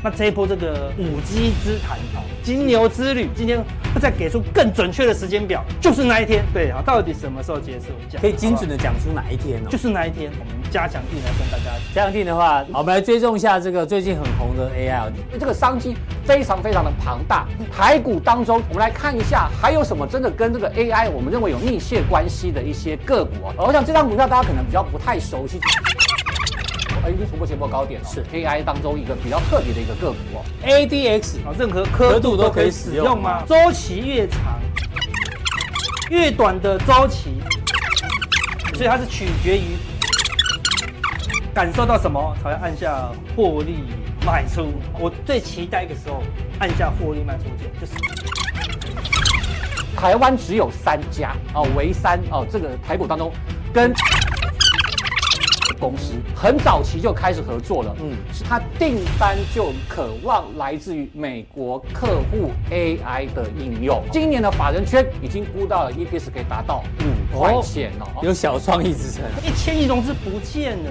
那这一波这个五鸡之谈哦，金牛之旅，今天会再给出更准确的时间表，就是那一天。对啊，到底什么时候结束？讲可以精准好的讲出哪一天哦不好，。就是那一天，我们加强地来跟大家讲。这样听的话，好我们来追踪一下这个最近很红的 AI 哦。这个商机非常非常的庞大。台股当中，我们来看一下还有什么真的跟这个 AI 我们认为有密切关系的一些个股哦。我想这张股票大家可能比较不太熟悉。哎，已经突破前波高点了，是 AI 当中一个比较特别的一个个股哦。 ADX 啊，任何刻度都可以使用吗？周期越长，越短的周期，所以它是取决于感受到什么才会按下获利卖出。我最期待一个时候，按下获利卖出键，就是台湾只有三家哦，唯三哦，这个台股当中跟公司很早期就开始合作了，嗯嗯，是它订单就渴望来自于美国客户 AI 的应用。今年的法人圈已经估到了 EPS 可以达到嗯五块钱哦。有小创意之称，一千亿融资不见了。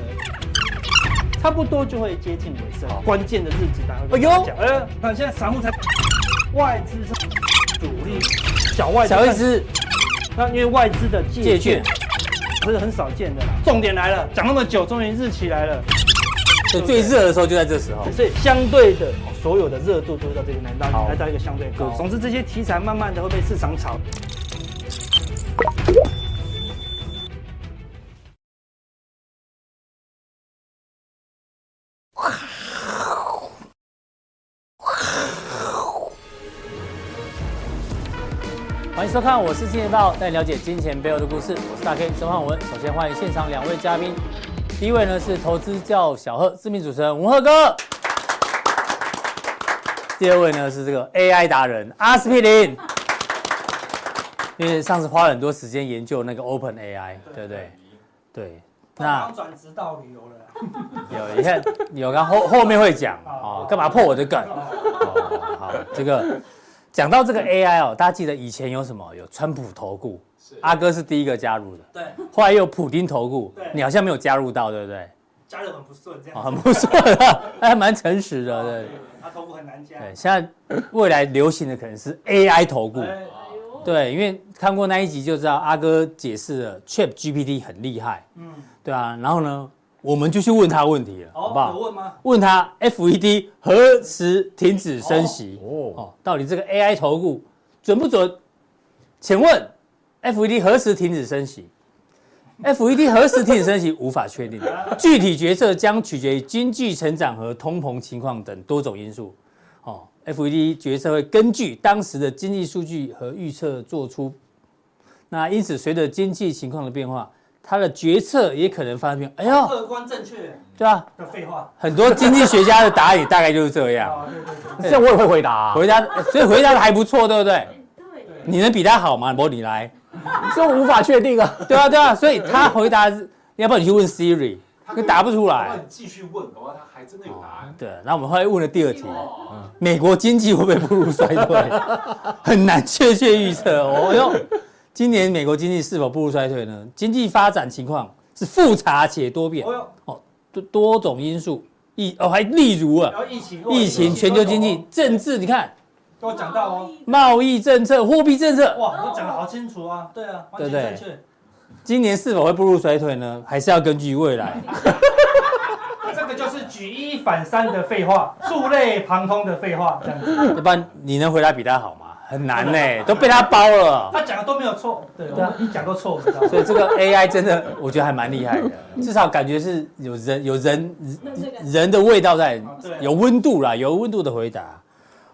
差不多就会接近尾声，关键的日子大家会跟大家讲。哎呦，那现在散户才外资是主力，小外资小意思，那因为外资的借借券券，这是很少见的啦。重点来了，讲那么久，终于日期来了，所以最热的时候就在这时候。所以相对的，所有的热度都会到这边来，到好来到一个相对高。好总之，这些题材慢慢的会被市场炒。欢迎收看，我是金钱豹，带你了解金钱背后的故事。我是大 K 曾焕文。首先欢迎现场两位嘉宾，第一位呢是投资教小贺，知名主持人吴贺哥。第二位呢是这个 AI 达人阿司匹林，因为上次花了很多时间研究那个 Open AI，对不对？对，那转职到旅游了啦，有你看有，然后后面会讲哦，干嘛破我的梗？哦，好，这个讲到这个 AI 哦，大家记得以前有什么？有川普投顾，阿哥是第一个加入的，对，后来又有普丁投顾对，你好像没有加入到，对不对？加入很不顺，这哦，很不错的， 还蛮诚实的，对他头部很难加对。现在未来流行的可能是 AI 投顾，哎对，因为看过那一集就知道，阿哥解释了 Chat GPT 很厉害，嗯，对啊，然后呢，我们就去问他哦问题了，好不好？问吗？问他 FED 何时停止升息？哦，哦，到底这个 AI 投顾准不准？请问 FED 何时停止升息？FED 何时停止升息 无法确定，具体决策将取决于经济成长和通膨情况等多种因素。哦，FED 决策会根据当时的经济数据和预测做出。那因此，随着经济情况的变化，它的决策也可能发生变化。哎呦，观正确对吧、啊？的废话。很多经济学家的答案也大概就是这样，对对对，这样我也会回答、啊，回答，所以回答的还不错，对不对？对，你能比他好吗？不，你来，这我无法确定啊。 对啊，对啊，所以他回答是，要不然你去问 Siri，可答不出那来。你继续问，搞不好他还真的有答案。对，然后我们后来问了第二题，美国经济会不会步入衰退？很难确切预测哦。哟，今年美国经济是否步入衰退呢？经济发展情况是复杂且多变哦哟，哦，多多种因素，疫哦还例如啊然，后疫情，哦疫情、全球经济、政治，你看。都讲到哦。贸易政策、货币政策，哇，都讲的好清楚啊，对啊，完全对正不对确。今年是否会步入衰退呢？还是要根据未来？这个就是举一反三的废话， 触类旁通的废话，这样子。要不然你能回答比他好吗？很难呢、都被他包了。他讲的都没有错，对，我对啊们一讲都错，我知道吗。所以这个 AI 真的，我觉得还蛮厉害的，至少感觉是有人有人人的味道在，有温度啦，有温度的回答。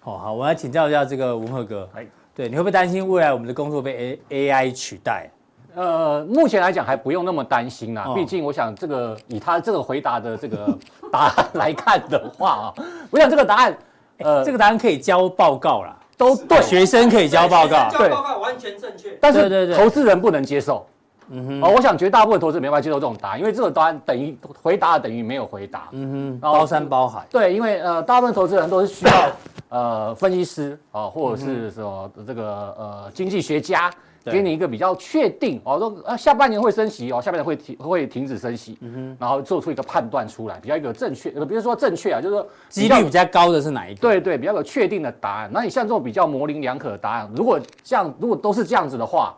哦，好，我来请教一下这个文鹤哥哎，对，你会不会担心未来我们的工作被 A AI 取代？呃，目前来讲还不用那么担心啦，哦毕竟我想这个以他这个回答的这个答案来看的话啊，我想这个答案，呃，哎这个答案可以交报告啦，都对，学生可以交报告。对报告完全正确。但对对是对投资人不能接受。嗯哼，哦，我想绝大部分投资人没办法接受这种答案，因为这个答案等于回答等于没有回答。嗯哼，哦包山包海。对，因为呃，大部分投资人都是需要呃分析师啊、或者是什么这个呃经济学家嗯对给你一个比较确定哦，说呃下半年会升息哦，下半年会停会停止升息，嗯然后做出一个判断出来，比较一个正确，呃，不是说正确啊，就是说几比较率比较高的是哪一个？对对，比较有确定的答案。那你像这种比较模棱两可的答案，如果这样，如果都是这样子的话，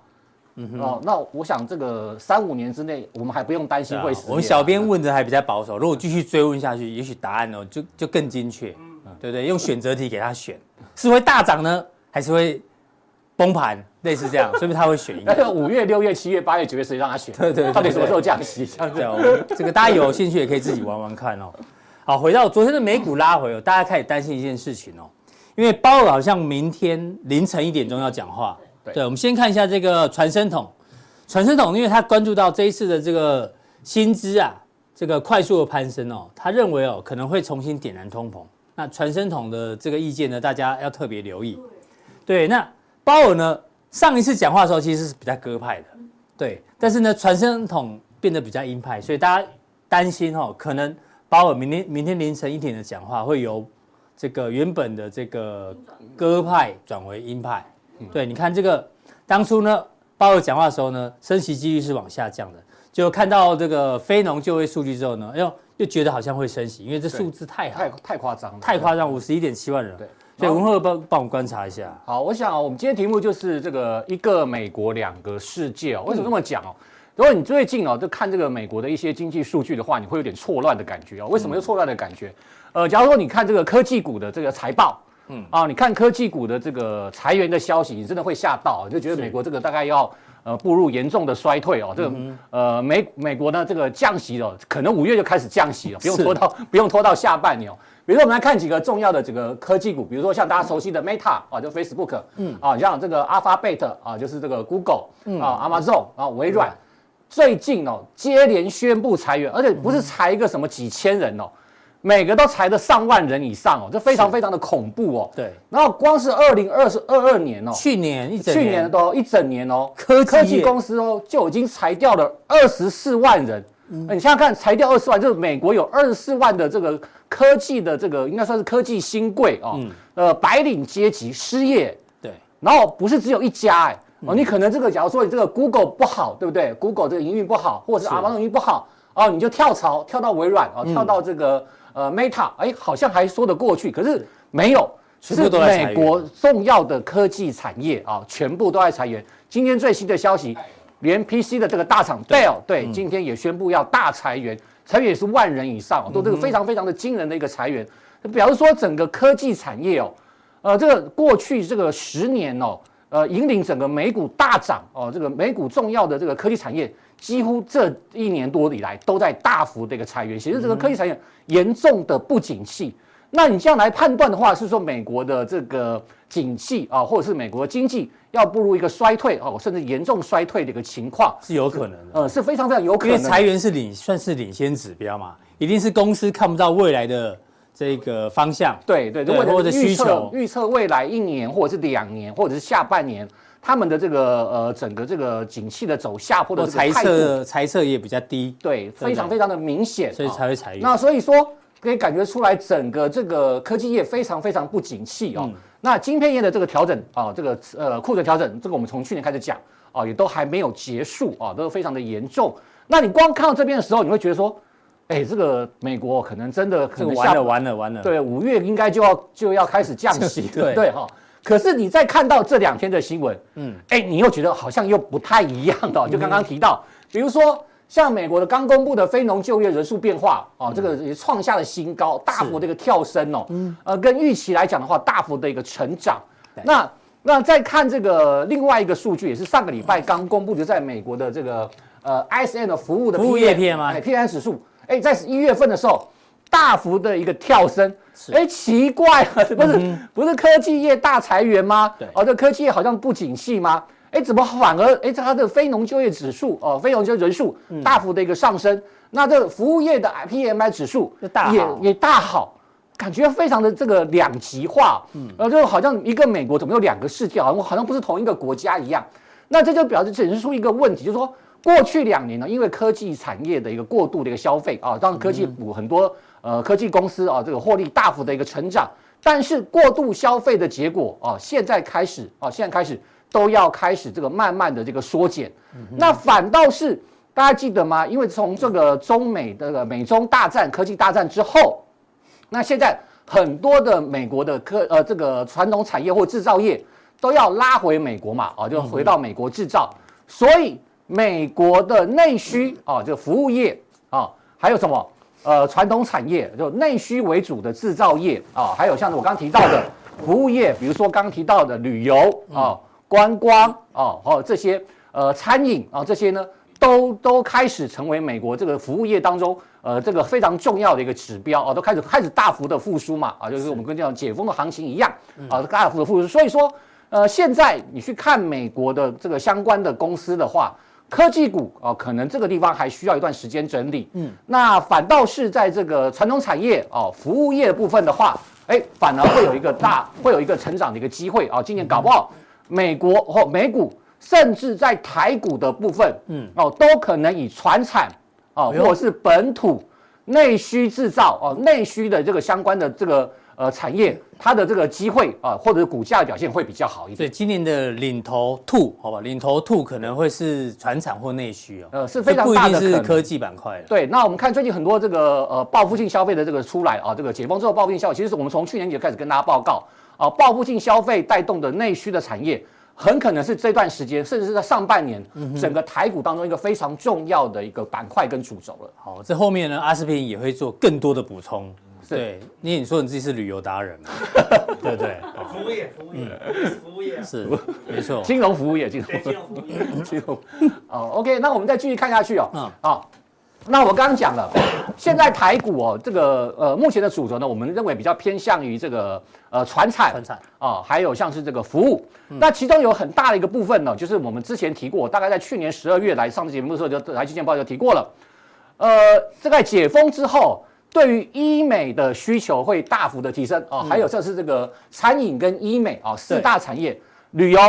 嗯哦，那我想这个三五年之内，我们还不用担对心啊会死、我们小编问的还比较保守，如果继续追问下去，也许答案哦就就更精确，对不对？用选择题给他选，是会大涨呢，还是会崩盘？类似这样，所以他会选一那个。个五月、六月、七月、八月、九月，谁让他选？对对，到底什么时候降息？这样子对哦，这个大家有兴趣也可以自己玩玩看哦。好，回到昨天的美股拉回哦，大家开始担心一件事情哦，因为鲍尔好像明天凌晨一点钟要讲话。对我们先看一下这个传声筒，传声筒，因为他关注到这一次的这个薪资啊，这个快速的攀升哦，他认为哦可能会重新点燃通膨。那传声筒的这个意见呢，大家要特别留意。对，那鲍尔呢，上一次讲话的时候其实是比较鸽派的，嗯对，但是呢，传声筒变得比较鹰派，所以大家担心哦，可能鲍尔明天明天凌晨一点的讲话会由这个原本的这个鸽派转为鹰派。嗯对，你看这个当初呢，鲍尔讲话的时候呢，升息几率是往下降的，就看到这个非农就业数据之后呢，哎呦，又觉得好像会升息，因为这数字太好太太夸张了，太夸张，五十一点七万人对。所以然后文鹤帮帮我们观察一下，好，我想、哦、我们今天题目就是这个一个美国两个世界哦。为什么这么讲哦？如果你最近哦，就看这个美国的一些经济数据的话，你会有点错乱的感觉哦。为什么有错乱的感觉？呃，假如说你看这个科技股的这个财报，嗯啊，你看科技股的这个裁员的消息，你真的会吓到，哦你就觉得美国这个大概要呃步入严重的衰退哦。这个、呃美美国呢这个降息哦，可能五月就开始降息了，不用是拖到不用拖到下半年哦。比如说，我们来看几个重要的这个科技股，比如说像大家熟悉的 Meta 啊，就 Facebook，嗯，啊，像这个 Alphabet 啊，就是这个 Google，啊，Amazon 啊，微软，最近哦，接连宣布裁员，而且不是裁一个什么几千人哦，每个都裁的上万人以上哦，这非常非常的恐怖哦。对，然后光是二零二二二年哦，去年一整去年都一整年哦，科技业科技公司哦就已经裁掉了二十四万人。嗯呃你想想看，裁掉二十万，就是美国有二十四万的这个科技的这个应该算是科技新贵哦，嗯呃，白领阶级失业，对然后不是只有一家哎、嗯哦，你可能这个假如说你这个 Google 不好，对不对？Google 这个营运不好，或者是 Amazon 营运不好，哦，你就跳槽跳到微软，哦，嗯跳到这个、呃 Meta，哎，好像还说得过去，可是没有。全部都在裁员美国重要的科技产业啊，全部都在裁员。今天最新的消息，连 PC 的这个大厂 Dell，对，嗯今天也宣布要大裁员，裁员也是万人以上哦，都这嗯个非常非常的惊人的一个裁员，表示说整个科技产业哦，呃，这个过去这个十年哦，呃，引领整个美股大涨哦，这个美股重要的这个科技产业，几乎这一年多以来都在大幅的一个裁员，显示这个科技产业严重的不景气。那你这样来判断的话，是说美国的这个景气啊，或者是美国经济要步入一个衰退哦，甚至严重衰退的一个情况，是有可能的。呃，是非常非常有可因为能的。裁员是领算是领先指标嘛，一定是公司看不到未来的这个方向。对对，对如或果者你预需测求预测未来一年或者是两年或者是下半年，他们的这个呃整个这个景气的走下坡的我这猜个态度，测猜测也比较低，对，对非常非常的明显，所以啊才会裁员。那所以说，可以感觉出来整个这个科技业非常非常不景气哦。嗯那晶片业的这个调整啊，这个呃库存调整，这个我们从去年开始讲啊，也都还没有结束啊，都非常的严重。那你光看到这边的时候，你会觉得说，哎，这个美国可能真的可这个能完下了完了完了。对，五月应该就要就要开始降息，对对不对哈？可是你再看到这两天的新闻，嗯，哎，你又觉得好像又不太一样的哦，就刚刚提到，比如说像美国的刚公布的非农就业人数变化，哦，这个也创下了新高，大幅的一个跳升哦，呃，跟预期来讲的话，大幅的一个成长，那。那再看这个另外一个数据，也是上个礼拜刚公布，就在美国的这个呃 ISM 的服务的服务 PM 业 PM 吗哎 P M 指数，哎，在一月份的时候大幅的一个跳升。哎，奇怪了，不是、不是科技业大裁员吗？嗯对哦，这科技业好像不景气吗？哎，怎么反而哎它的非农就业指数哦，非农就业人数嗯大幅的一个上升，那这服务业的 P M I 指数就大也好也大好。感觉非常的这个两极化，嗯，呃，就好像一个美国怎么有两个世界，好像好像不是同一个国家一样。那这就表示显示出一个问题，就是说过去两年呢，因为科技产业的一个过度的一个消费啊，让科技股很多呃科技公司啊这个获利大幅的一个成长，但是过度消费的结果啊，现在开始啊，现在开始都要开始这个慢慢的这个缩减。那反倒是大家记得吗？因为从这个中美的这个美中大战、科技大战之后，那现在很多的美国的科呃这个传统产业或制造业都要拉回美国嘛，啊，就回到美国制造，所以美国的内需啊，就服务业啊，还有什么呃传统产业，就内需为主的制造业啊，还有像我刚提到的服务业，比如说刚提到的旅游啊、观光啊，还有这些呃餐饮啊这些呢。都都开始成为美国这个服务业当中，呃，这个非常重要的一个指标啊，都开始开始大幅的复苏嘛，啊，就是我们跟这样解封的行情一样，啊，大幅的复苏。所以说，呃，现在你去看美国的这个相关的公司的话，科技股啊，可能这个地方还需要一段时间整理。嗯，那反倒是在这个传统产业啊、服务业部分的话，哎，反而会有一个大会有一个成长的一个机会啊，今年搞不好美国或美股。甚至在台股的部分，嗯，哦，都可能以船产哦，哎呦或者是本土内需制造哦，内需的这个相关的这个呃产业，它的这个机会啊、或者是股价的表现会比较好一所以点。今年的领头兔，好吧，领头兔可能会是船产或内需哦，呃是这非常不一大定的可是能科技板块了。对，那我们看最近很多这个呃报复性消费的这个出来啊，这个解封之后报复性消费，其实是我们从去年就开始跟大家报告啊，报复性消费带动的内需的产业，很可能是这段时间，甚至是在上半年、整个台股当中一个非常重要的一个板块跟主轴了。好，这后面呢，阿斯平也会做更多的补充。是对，因为你说你自己是旅游达 人嘛，对不对？服务业，服务业，服务业，嗯啊是，没错。金融服务业，金融服务对，业金融服务业。哦，OK，那我们再继续看下去哦。嗯嗯，好、那我刚刚讲了， 现在台股哦，这个呃，目前的主轴呢，我们认为比较偏向于这个呃，船产、船产啊、还有像是这个服务。那其中有很大的一个部分呢，就是我们之前提过，大概在去年十二月来上次节目的时候就，来基建报就提过了。呃，这个解封之后，对于医美的需求会大幅的提升啊、还有这是这个餐饮跟医美啊、四对大产业，旅游、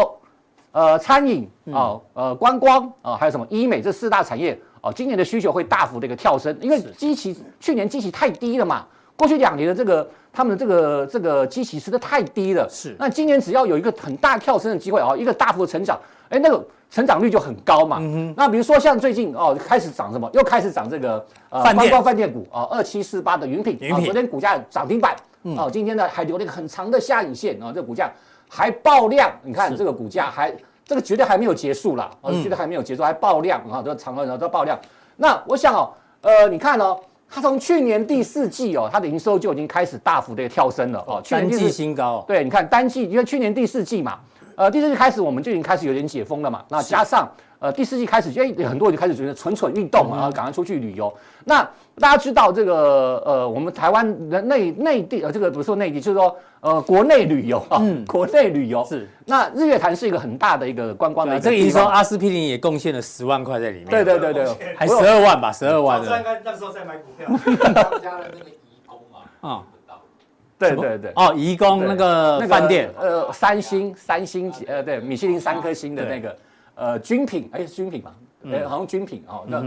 呃餐饮嗯啊、呃观光啊、还有什么医美这四大产业啊、今年的需求会大幅的一个跳升，因为基期去年基期太低了嘛，过去两年的这个他们的这个这个基期实在太低了，是那今年只要有一个很大跳升的机会啊、一个大幅的成长，哎，那个成长率就很高嘛。嗯那比如说像最近哦，开始涨什么，又开始涨这个呃饭店观光饭店股啊，二七四八的云品云啊，品嗯昨天股价涨停板，哦，今天呢还留了一个很长的下影线啊，这股价还爆量，你看这个股价还这个绝对还没有结束啦，嗯哦，绝对还没有结束，还爆量啊，这长了然后都爆量。那我想哦，呃，你看哦。它从去年第四季哦，它的营收就已经开始大幅的跳升了哦，去年单第四季新高哦，对，你看单季，因为去年第四季嘛，呃，第四季开始我们就已经开始有点解封了嘛，那加上呃第四季开始，因为很多人就开始觉得蠢蠢欲动嗯嘛，然后赶快出去旅游。那大家知道这个呃，我们台湾的内内地呃，这个不是说内地，就是说呃国内旅游啊，国内旅游嗯是。那日月潭是一个很大的一个观光对的一这个地营收方阿司匹林也贡献了十万块在里面，对对对对，哦还我十有二万吧，十二早万知道的应该那个时候再买股 票。他们家的那个移工嘛，啊看不到对对对。哦，移工那个那个饭店，呃，三星三星级呃，对，米其林三颗星的对嗯那个呃军品，哎，是军品嘛，哎，好像军品哦，那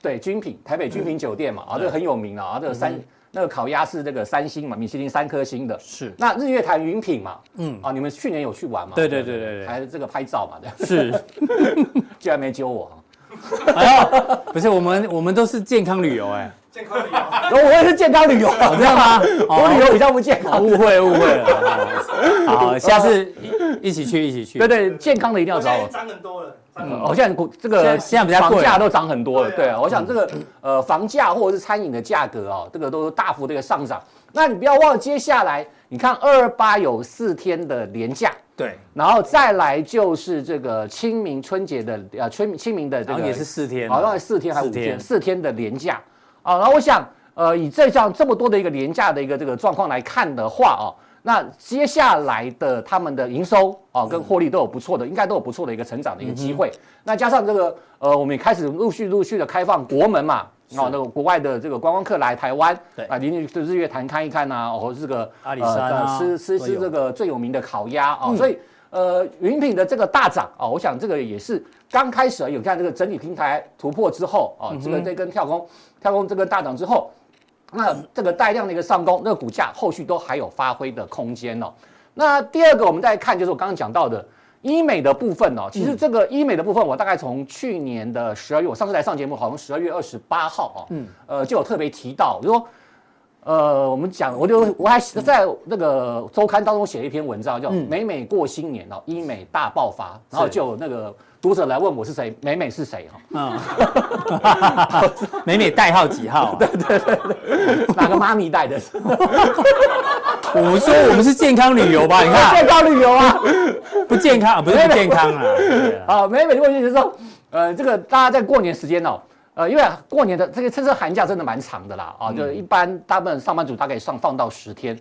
对军品，台北军品酒店嘛，啊，这个很有名了啊，这个嗯三那个烤鸭是这个三星嘛，米其林三颗星的，是那日月潭云品嘛，嗯，啊，你们去年有去玩嘛？对对对对对还这个拍照嘛，对， 是，居然没揪我啊，哎呦，不是我们我们都是健康旅游哎，健康旅游，我也是健康旅游，啊哦这样吗？ 我旅哦游比较不健哦康，误会误会 了，好好，下次一一起去一起去，对对，健康的一定要我找现我在。涨很多了，涨很嗯多。我现在股这哦现在个现在比较贵啊房价都涨很多了，对对啊啊，我想这个嗯呃房价或者是餐饮的价格哦，这个都大幅的一个上涨。那你不要忘了，接下来你看二二八有四天的连假，对，然后再来就是这个清明春节的呃春清明的这然个后也是四天，哦好像四天还是四五天，天，四天的连假啊。然后我想，呃，以这样这么多的一个连假的一个这个状况来看的话啊，那接下来的他们的营收啊嗯跟获利都有不错的，应该都有不错的一个成长的一个机会。那加上这个呃，我们也开始陆续陆续的开放国门嘛。哦，那个国外的这个观光客来台湾，对啊，邻居日月潭看一看呐、啊，哦，这个阿里山啊吃吃都吃有嗯这个最有名的烤鸭啊、所以呃，云品的这个大涨啊、我想这个也是刚开始而已。你看这个整体平台突破之后嗯啊、这个这根跳空跳空这根大涨之后，那这个带量的一个上攻，那个股价后续都还有发挥的空间哦。那第二个我们再看就是我刚刚讲到的，医美的部分哦，嗯其实这个医美的部分，我大概从去年的十二月，我上次来上节目，好像十二月二十八号哦，嗯，呃，就有特别提到，我就说，呃，我们讲，我就我还在那个周刊当中写了一篇文章，叫《美美过新年》哦，医美大爆发，然后就有那个读者来问我是谁，美美是谁哈、哦美美代号几 号、啊？哪个妈咪带的？我们说我们是健康旅游吧？你 看 健康旅游啊。不健康、啊，不是不健康啊。对啊啊，美美的问题就是说，呃，这个大家在过年时间哦，呃，因为过年的这个这次寒假真的蛮长的啦，啊，嗯就是一般大部分上班族大概上放到十天。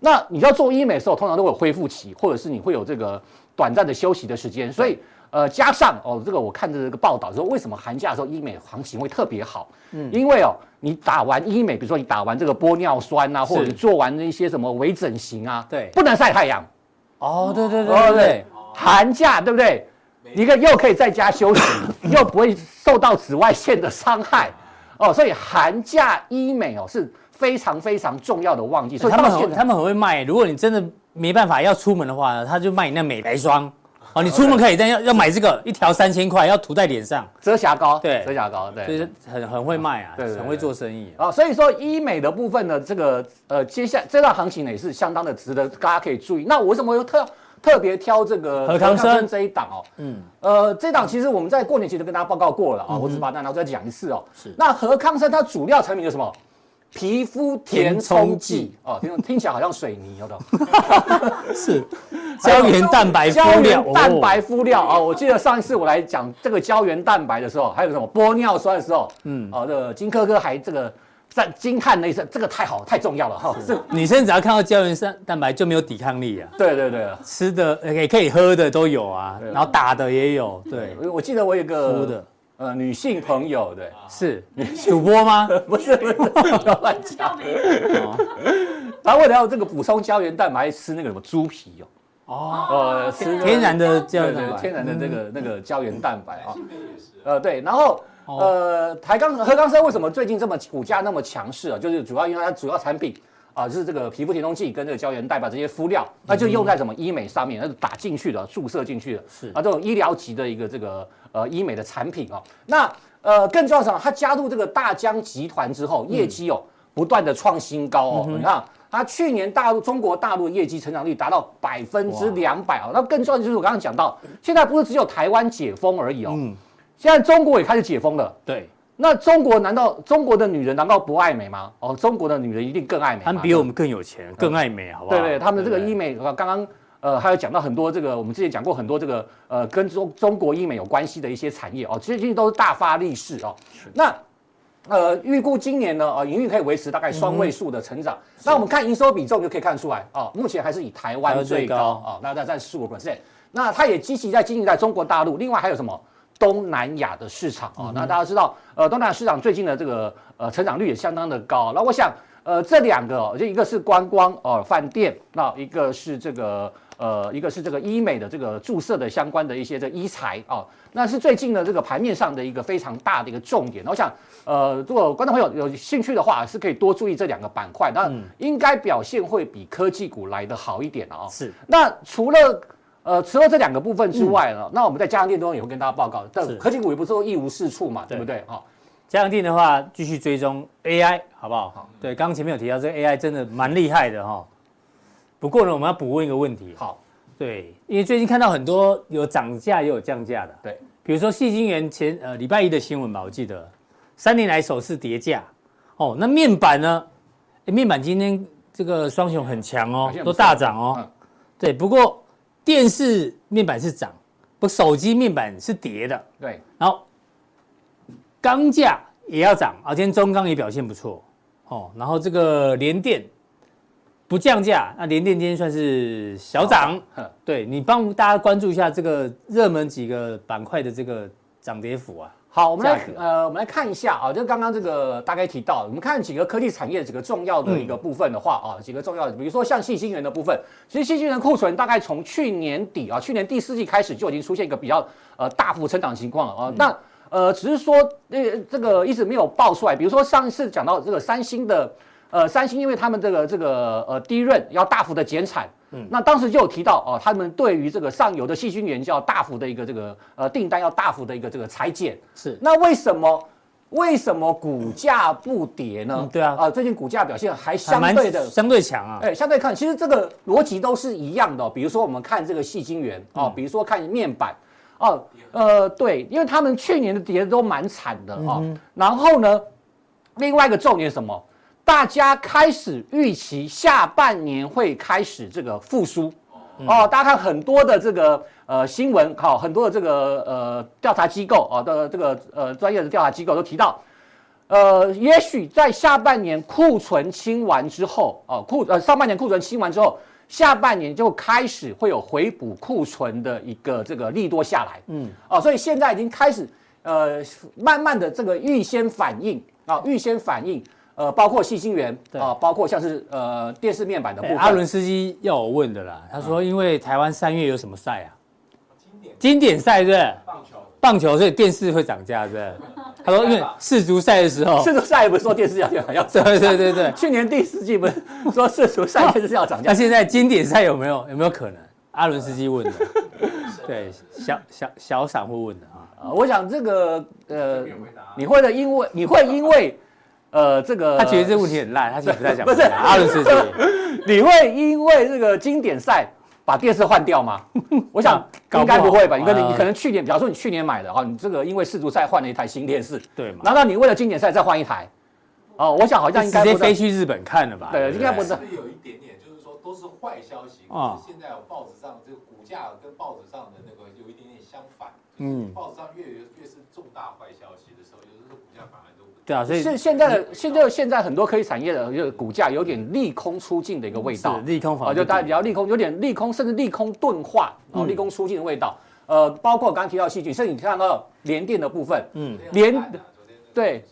那你要做医美的时候，通常都会有恢复期，或者是你会有这个短暂的休息的时间，所以。呃，加上哦，这个我看着这个报道说，为什么寒假的时候医美行情会特别好？嗯，因为哦，你打完医美，比如说你打完这个玻尿酸啊，或者是你做完那些什么微整形啊，对不能晒太阳，哦，对对对对对，寒假对不对？你可又可以在家休息，又不会受到紫外线的伤害哦，所以寒假医美哦是非常非常重要的旺季，所以他们到很现他在们很会卖。如果你真的没办法要出门的话，他就卖你那美白霜。哦，你出门可以，但要要买这个一条三千块，要涂在脸上，遮瑕膏，对遮瑕膏，所以对。是很很会卖啊，对对对很会做生意啊、啊、所以说医美的部分呢，这个呃，接下这段行情呢也是相当的值得大家可以注意。那我为什么又特特别挑这个何康生这一档哦？嗯嗯，呃，这档其实我们在过年前就跟大家报告过了啊、我只把它拿出来讲一次哦。是那何康生它主要产品有什么？皮肤填填充充剂剂哦，听听起来好像水泥，有的。是 胶原蛋白敷胶料哦原，蛋白敷料啊、我记得上一次我来讲这个胶原蛋白的时候，还有什么玻尿酸的时候，嗯，哦，这个金科科还这个赞惊叹了一声，这个太好了，太重要了哈、这哦女生只要看到胶原蛋蛋白就没有抵抗力啊，对对对，吃的呃也可以喝的都有啊，然后打的也有，对，我我记得我有一敷个的呃女性朋友，对，是主播 吗？不是不是，不要乱讲，她为了要这个补充胶原蛋白，还吃那个什么猪皮哦。哦，呃，吃那个天然的胶对原对蛋，白，天然的那个、那个胶原蛋白啊，呃对，然后哦呃，台钢和钢生为什么最近这么股价那么强势啊？就是主要因为它主要产品啊、就是这个皮肤填充剂跟这个胶原蛋白这些敷料，那就用在什么医美上面，那是打进去的，注射进去的，是啊这种医疗级的一个这个呃医美的产品啊、那呃更重要的是，它加入这个大疆集团之后，业绩哦、不断的创新高嗯哦，你看。它去年大陆中国大陆的业绩成长率达到百分之两百哦，那更重要的就是我刚刚讲到，现在不是只有台湾解封而已哦，嗯现在中国也开始解封了，对，那中国难道中国的女人难道不爱美吗？哦，中国的女人一定更爱美嘛，他们比我们更有钱，更爱美，好不好？对对，他们这个对不对医美，刚刚呃还有讲到很多这个，我们之前讲过很多这个呃跟中中国医美有关系的一些产业哦，其实最近都是大发利市哦。那呃，预估今年呢，呃，营运可以维持大概双嗯位数的成长。那我们看营收比重就可以看出来啊、哦，目前还是以台台湾湾最最高高啊、哦，那在占十五 percent。那它也积极在经营在中国大陆，另外还有什么？东南亚的市场啊、哦，那大家知道，呃，东南亚市场最近的这个呃成长率也相当的高。那我想，呃，这两个、哦，就一个是观光哦、饭店，那一个是这个呃，一个是这个医美的这个注射的相关的一些这医材啊、哦，那是最近的这个盘面上的一个非常大的一个重点。那我想，呃，如果观众朋友有兴趣的话，是可以多注意这两个板块，那应该表现会比科技股来的好一点啊、哦。是那除了呃，除了这两个部分之外呢，那我们在加强电中也会跟大家报告，但是科技股也不是说一无是处嘛，对不对？哦哈、嘉阳定的话，继续追踪 AI 好不好？对，刚刚前面有提到这个 AI 真的蛮厉害的哈、不过呢，我们要补问一个问题，好，对，因为最近看到很多有涨价也有降价的，对，比如说戏晶元前呃礼拜一的新闻吧，我记得三年来首次跌价，哦，那面板呢？诶面板今天这个双雄很强哦表现，不都错大涨哦，嗯对，不过电视面板是涨，不，手机面板是跌的，对，然后钢价也要涨啊，今天中钢也表现不错哦。然后这个联电不降价，那联电今天算是小涨。哼对你帮大家关注一下这个热门几个板块的这个涨跌幅啊。好，我们来价格呃，我们来看一下啊，就刚刚这个大概提到，我们看几个科技产业几个重要的一个部分的话啊，几个重要的，比如说像细晶圆的部分，其实细晶圆库存大概从去年底啊，去年第四季开始就已经出现一个比较呃大幅成长情况了啊，嗯那呃只是说那、这个一直没有爆出来，比如说上一次讲到这个三星的。呃，三星因为他们这个这个呃低润要大幅的减产，嗯那当时就有提到哦，他们对于这个上游的细菌源就要大幅的一个这个呃订单要大幅的一个这个裁减。是那为什么为什么股价不跌呢？嗯对啊啊、最近股价表现还还相蛮对的相对强啊，哎，相对看，其实这个逻辑都是一样的哦、比如说，我们看这个细晶圆哦，嗯比如说看面板哦，呃，对，因为他们去年的跌得都蛮惨的哦。嗯然后呢，另外一个重点是什么？大家开始预期下半年会开始这个复苏。嗯哦，大家看很多的这个呃新闻，好、很多的这个呃调查机构啊、哦、的这个呃专业的调查机构都提到，呃，也许在下半年库存清完之后，啊、库呃上半年库存清完之后，下半年就开始会有回补库存的一个这个利多下来，嗯，哦、所以现在已经开始呃慢慢的这个预先反应啊、预先反应，呃，包括细晶圆对啊、包括像是呃电视面板的部哎分，啊阿伦斯基要我问的啦，他说因为台湾三月有什么赛啊？经典赛是不是？棒球棒球，所以电视会涨价是不是？ 他说因为世足赛的时候，世足赛不是说电视要要涨？对对对对，去年第四季不是说世足赛电视要涨价 那？现在经典赛有没有有没有可能？阿伦斯基 问的，对，小小小散户问的啊，呃我想这个呃没有，回答，你会的，因为你会因为呃这个，他觉得这个问题很烂，他其实不太想回答。不是阿伦斯 基，你会因为这个经典赛把电视换 掉吗？我想搞应该不好不会吧？你可能啊你可能去年，比方说你去年买的哈，哦你这个因为世足赛换了一台新电视，对嘛？难道你为了经典赛再换一台？哦，我想好像应直该接不飞会。去日本看了吧？对不应该不是是不是有一点点，就是说都是坏消息。啊可是现在有报纸上这个股价跟报纸上的那个有一点点相反，嗯，报纸上越越是重大坏消息的时候，有的时候股价反而都不对啊，所以是现在的现在现在很多科技产业的这个股价有点利空出尽的一个味道是，利空啊，房就大家比较利空，有点利空，甚至利空钝化啊，利空出尽的味道。呃，包括我刚刚提到细菌，甚至你看到联电的部分，嗯，连啊昨天那个对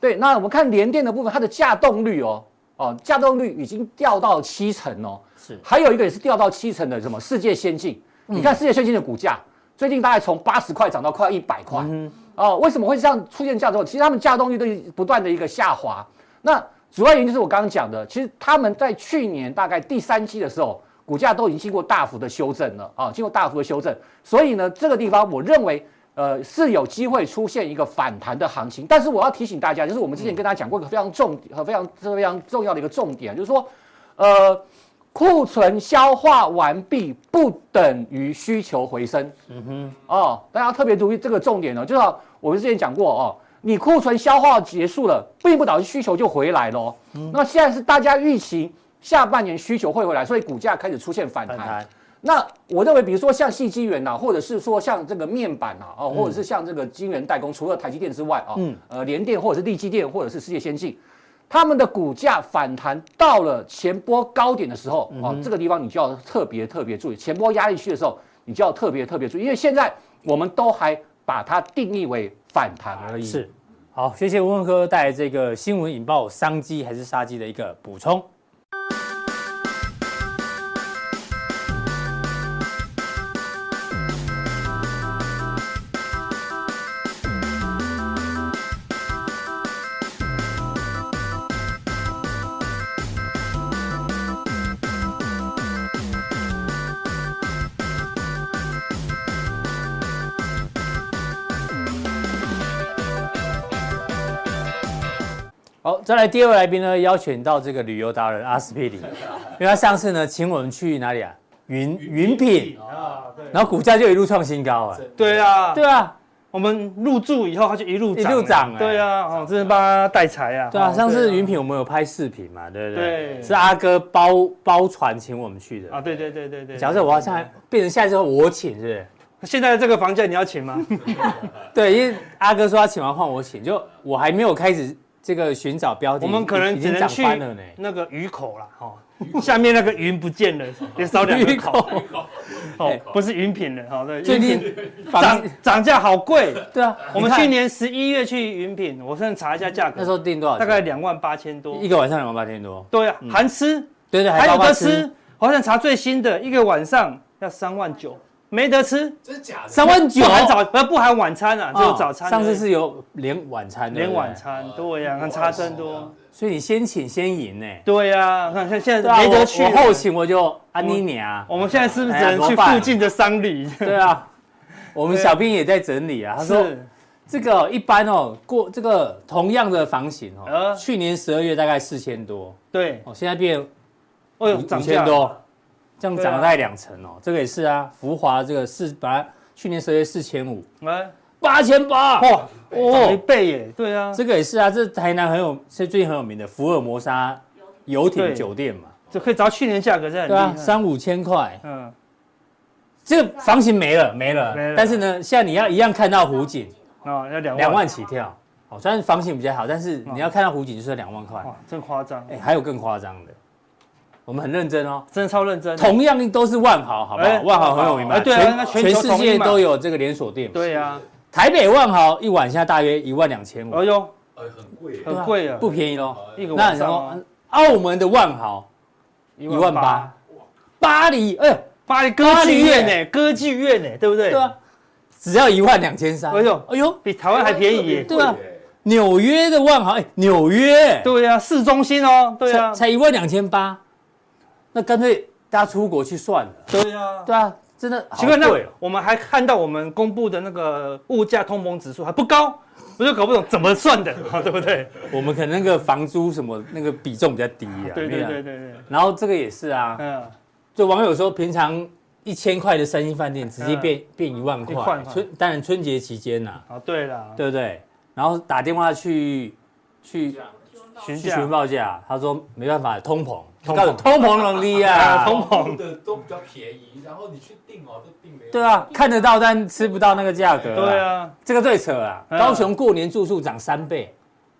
对，那我们看联电的部分，它的价动率哦，哦，价动率已经掉到七成哦。是还有一个也是掉到七成的什么世界先进，你看世界先进的股价最近大概从八十块涨到快一百块，哦，为什么会这样出现这样的问题？其实他们价动率都不断的一个下滑，那主要原因就是我刚刚讲的，其实他们在去年大概第三季的时候，股价都已经经过大幅的修正了啊，经过大幅的修正，所以呢，这个地方我认为。呃，是有机会出现一个反弹的行情，但是我要提醒大家，就是我们之前跟大家讲过一个非常重、呃和非常非常重要的一个重点，就是说，呃，库存消化完毕不等于需求回升。嗯哼，哦，大家特别注意这个重点哦，就是啊我们之前讲过哦，你库存消化结束了，并不导致需求就回来了哦、那现在是大家预期下半年需求会回来，所以股价开始出现反反弹弹。那我认为，比如说像细晶圆呐，或者是说像这个面板呐，哦，或者是像这个晶圆代工，除了台积电之外啊，嗯呃，联电或者是力积电或者是世界先进，他们的股价反弹到了前波高点的时候，嗯啊，这个地方你就要特别特别注意，前波压力区的时候，你就要特别特别注意，因为现在我们都还把它定义为反弹而已。是，好，谢谢吴文科带来这个新闻引爆商机还是杀机的一个补充。好，再来第二位来宾呢，邀请到这个旅游达人阿司 匹林，因为他上次呢请我们去哪里啊？云云品，啊，对，然后股价就一路创新高啊。对啊，对啊，我们入驻以后，它就一路一路涨哎对啊，哦，真的帮他带财啊，对啊，哦上次对啊云品我们有拍视频嘛，对不对？对是阿哥包包船请我们去的啊，。对对对对对，假设我好像还变成下一次我请，是不是？现在这个房价你要 请吗？对，因为阿哥说他请完换我请，就我还没有开始这个寻找标的，我们可已能只经能涨去翻了呢。那个鱼口啦，哈、哦，下面那个云不见了，也少两 个口，哦，不是云品了，哈、哦，对，最云品近房涨涨价好贵。对啊，我们你看去年十一月去云品，我现在查一下价格，那时候订多少大钱？概两万八千多一。个嗯晚上两万八千多，对啊，含吃对对，还有包括的吃，好像查最新的一个晚上要三万九，没得吃，真的假的？三万九不，含早呃不含晚餐啊，只有哦早餐而已。上次是哦有连晚餐，对啊连不对晚，餐，对呀、我看差真多。。所以你先请先赢呢。对呀、看现现对啊在没我得去我了。后勤我就安妮娘。我们现在是不是只哎呀能去怎么办附近的商旅？对啊，我们对啊小编也在整理啊，他说 是这个一般哦，过这个同样的房型哦呃，去年十二月大概四千多，对，哦，现在变五哦呦，五涨千价，多，这样对啊涨了大概两成哦，这个也是啊，福华这个是本来去年十二月四千五，哎，八千八，哇，涨一哦，倍耶，对啊，这个也是啊，这是台南很有，是最近很有名的福尔摩沙游艇对酒店嘛，这可以找去年价格，真的对很啊，厉害。三五千块，嗯，这个房型没了没了没，了但是呢，现在你要一样看到湖景。啊，要两万，哦两万起跳。哦，虽然房型比较好，但是你要看到湖景就是两万块。哇，真夸张哎、，还有更夸张的，我们很认真哦。真的超认真。同样都是万豪，好不好？哎万豪很有名嘛，哎对啊那全全全球世统界一嘛都有这个连锁店。，对呀，台北万豪一晚现在大约一万两千五哎，呦，呃，很贵，很贵啊，不便宜喽。一个那晚然后上啊澳门的万豪一一万八，，巴黎哎呦巴黎歌剧院巴黎呢，歌剧院呢，对不对？对啊，只要一万两千三。哎呦哎呦，比台湾还便宜耶。对啊纽约的万豪哎，纽约对呀，市中心哦，对才呀，才一万两千八，那干脆大家出国去算了。对呀。对啊，真的好奇怪，那贵哦我们还看到我们公布的那个物价通膨指数还不高，我就搞不懂怎么算的，对不对？我们可能那个房租什么那个比重比较低啊。对那对个对对对，然后这个也是啊，嗯，就网友说平常一千块的三星饭店直接变、变一万啊一万块，块啊春当然春节期间呐、啊好，对啦，对不对？然后打电话去去询去价询报价，他说没办法，通膨，通膨告诉你通膨能力啊，啊，通碰膨，的都比较便宜，然后你去订哦，都订没有。对啊，看得到但吃不到那个价格、对，啊，这个最扯啊！嗯高雄过年住宿涨三倍，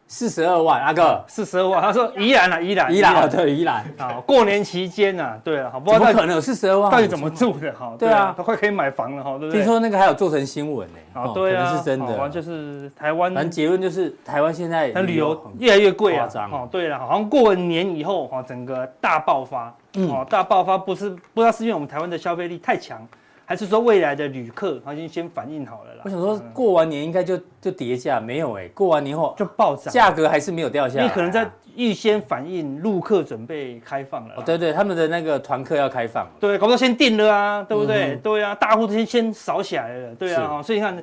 四十二万，阿哥，四十二万，他说宜兰啊，宜兰，宜兰哦对宜兰，啊，过年期间呐，对啊，好，不怎知么道可到能有四十二万？到底怎么住的哈，对啊都快可以买房了哈，对不对？听说那个还有做成新闻呢、啊，哦对可啊，能是真的。好就是台湾反正结论就是，台湾现在那旅游越来越贵夸啊，张哦，对了，好像过完年以后，哦，整个大爆发，嗯哦，大爆发不是不知道是因为我们台湾的消费力太强，还是说未来的旅客他已经先反应好了啦我，想说过完年应该就就跌价，没有哎、过完年后就暴涨，价格还啊是没有掉下来、你可能在预先反映陆客准备开放了啦，哦，对对，他们的那个团客要开放了，对，搞不好先定了啊，对不对？嗯哼对啊，大户先先扫起来了，对啊，哦所以你看，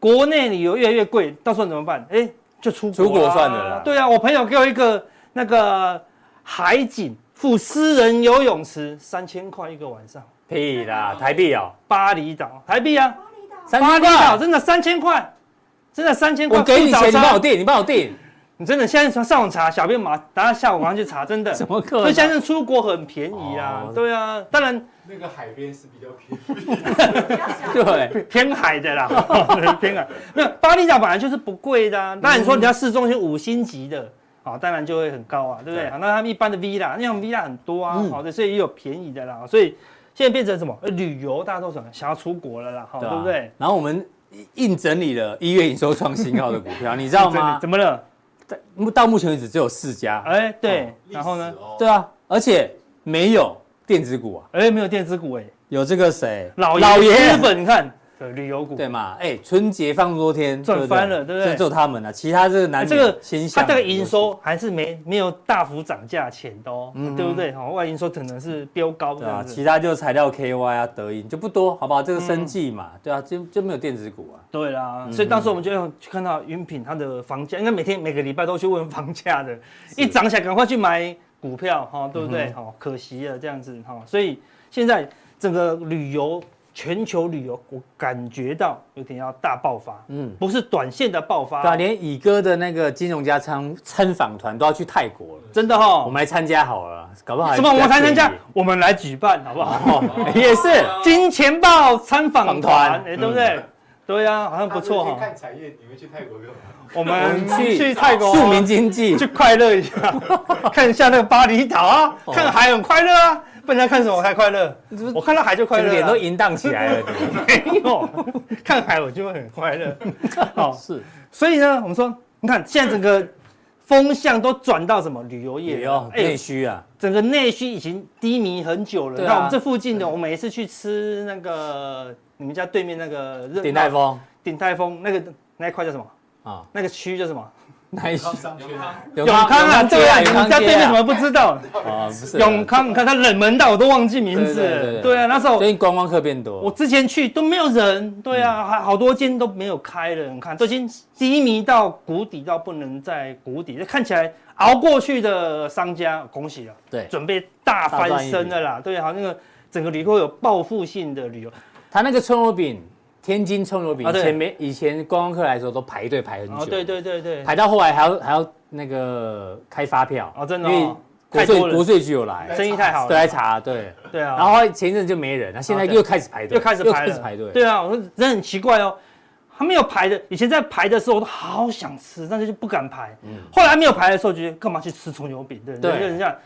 国内旅游越来越贵，到时候怎么办？哎，就出国、出国算了啦对啊，我朋友给我一个那个海景附私人游泳池，三千块一个晚上，屁啦，台币哦、巴厘岛台币啊，三巴千厘岛块，真的三千块。真的三千块，我给你付早钱，你餐帮我订，你帮我订，你真的现在上网查，小编马，等下下午马上去查，真的。 怎么可所以现能？在出国很便宜啊哦，对啊，当然那个海边是比较便 宜。对，啊偏海的啦， 偏海。没有巴厘岛本来就是不贵的、嗯啊，当然你说你要市中心五星级的，啊、当然就会很高啊，对不对？对好那他们一般的 villa，那种 villa 很多啊，好、嗯对，所以也有便宜的啦，哦所以现在变成什么？呃旅游大家都想想要出国了啦，好、哦啊对不对？？然后我们硬整理了一月营收创新高的股票，你知道 吗？怎么了？到目前为止只有四家，哎，对，历史然后呢？哦？对啊，而且没有电子股啊，哎，没有电子股哎、有这个谁，老老爷爷资本你看，对，旅游股，对嘛？哎，春节放多天，赚对不翻了对不对这只有他们啊，其他这个男哎这个先它下，这个营收还是没没有大幅涨价前的哦，嗯对不对？好、外营收可能是飙高对这啊，样子。其他就材料 KY 啊、德银就不多，好不好？这个生计嘛，对啊，就就没有电子股啊。对啦，所以当时我们就要去看到云品它的房价，应该每天每个礼拜都去问房价的，一涨起来赶快去买股票嗯哈、对不对？哈、可惜了这样子哈、所以现在整个旅游全球旅游，我感觉到有点要大爆发，嗯，不是短线的爆发，对啊，连乙哥的那个金融家参参访团都要去泰国了，真的哈、我们来参加好了，搞不好还什么我们比较参参加便宜？我们来举办好不好？ 哦，也是，金钱豹参访访团嗯团，哎、对不对？对呀、好像不错他们哈、可以看产业，你们去泰国干嘛？我们我们去去泰国啊庶民经济去快乐一 下，看一下那个巴厘岛啊，哦看海很快乐啊，不然看什么才快乐？我看到海就快整乐、个啊，脸都淫荡 起来了，你没有， 看海我就会很快乐。好，是所以呢，我们说，你看现在整个风向都转到什么旅游业也了有，哎内需啊，整个内需已经低迷很久了。对啊你看我们这附近的，我每一次去吃那个你们家对面那个热鼎泰丰鼎泰丰那个那一块叫什么？啊，那个区叫什么？内需永康永永康啊，对啊，你们家对面怎么么不知道？啊？不是永，康，你看它冷门到我都忘记名字对对对了。对对啊，那时候最近观光客变多，我之前去都没有人，对嗯啊，还好多间都没有开了，你看都已经低迷到谷底到不能再谷底，看起来熬过去的商家，恭喜了，对准备大翻身的啦，对，好那个整个旅客有报复性的旅游，他那个葱油饼，天津葱油饼，啊以对前没以前观光客来的时候都排队排很哦，久，对对对对，排到后来还要还要那个开发票哦真的哦因为国太多税人国税局有来，生意太好对，了，来查对，对啊，然后后来前一阵就没人，那现在啊对又开始排队，又开始排又了，开始排队，对啊，我说人很奇怪哦，还没有排的，以前在排的时候我都好想吃，但是就不敢排。后来没有排的时候，觉得干嘛去吃葱油饼？对，嗯对嗯人家人家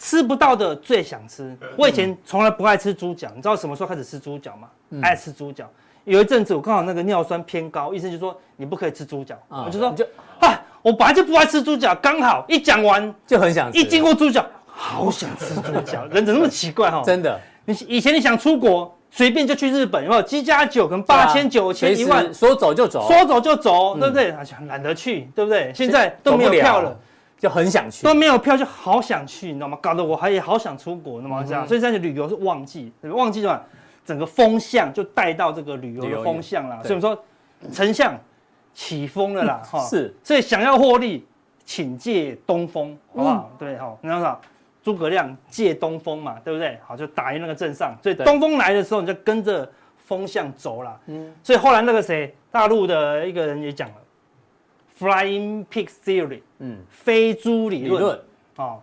吃不到的最想吃。我以前从来不爱吃猪脚，你知道什么时候开始吃猪脚吗？嗯爱吃猪脚。有一阵子我刚好那个尿酸偏高，医生就说你不可以吃猪脚，啊我就说就啊，我本来就不爱吃猪脚，刚好一讲完就很想吃一经过猪脚，好想吃猪脚，人怎么那么奇 怪哈、哦？真的你以前你想出国，随便就去日本，有没有？机加九可能对啊八千、九千、随一时万，说走就走，嗯说走就走，对不对？啊想懒得去，对不对？现在都没有票了，，就很想去都，没有票就好想去，你知道吗？搞得我还也好想出国，嗯那么这样，所以现在旅游是旺季，旺季的话，整个风向就带到这个旅游旅游的业风向啦。对所以我们说，丞相起风了 啦，哈。是，所以想要获利，请借东风，嗯好不好？对，好，你知道啥？诸葛亮借东风嘛，对不对？好，就打赢那个阵上。所以对东风来的时候，你就跟着风向走啦。嗯所以后来那个谁，大陆的一个人也讲了，Flying Pig Theory，嗯，飞猪理理论。论哦，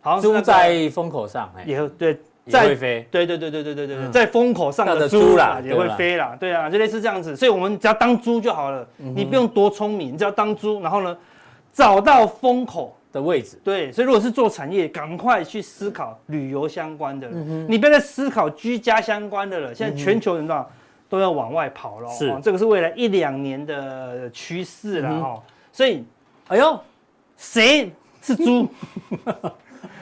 好像是那猪个在风口上，哎，也对，也会在飞，对对对对对对对对，嗯在风口上上的的猪猪啦啦也会对啦飞啦，对啊，就类似这样子，所以我们只要当猪就好了，嗯你不用多聪明，你只要当猪，然后呢，找到风口。的位置，对，所以如果是做产业，赶快去思考旅游相关嗯的了，你不要再思考居家相关的了。现在全球人知道都要往外跑了，是哦这个是未来一两年的趋势啦。嗯哼哦，所以哎呦，谁是猪？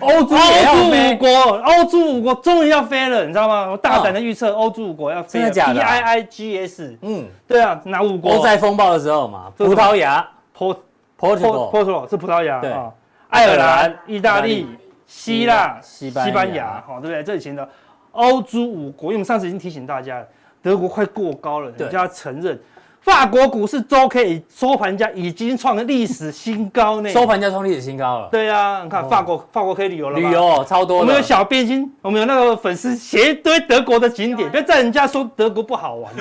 欧洲也要欧洲五飞，国，哦欧洲五国终于要飞了，你知道吗？我大胆的预测，欧洲五国要飞了。哦真的假的 P 啊 I I G S，嗯，对啊，哪五国？欧债风暴的时候嘛，这是葡什么萄牙波 Portugal 波波罗是葡萄牙对啊，爱尔爱尔兰兰、意大利意、希腊、西班牙牙，好，对不对？这以前的欧洲五国，因为我们上次已经提醒大家了，德国快过高了，对人家要承认。法国股市周 K 收盘价已经创了历史新高呢。收盘价创历史新高了。对啊，你看哦法国，法国可以旅游了吧。旅游超多的，我们有小变心，我们有那个粉丝写一堆德国的景点，不要在人家说德国不好玩，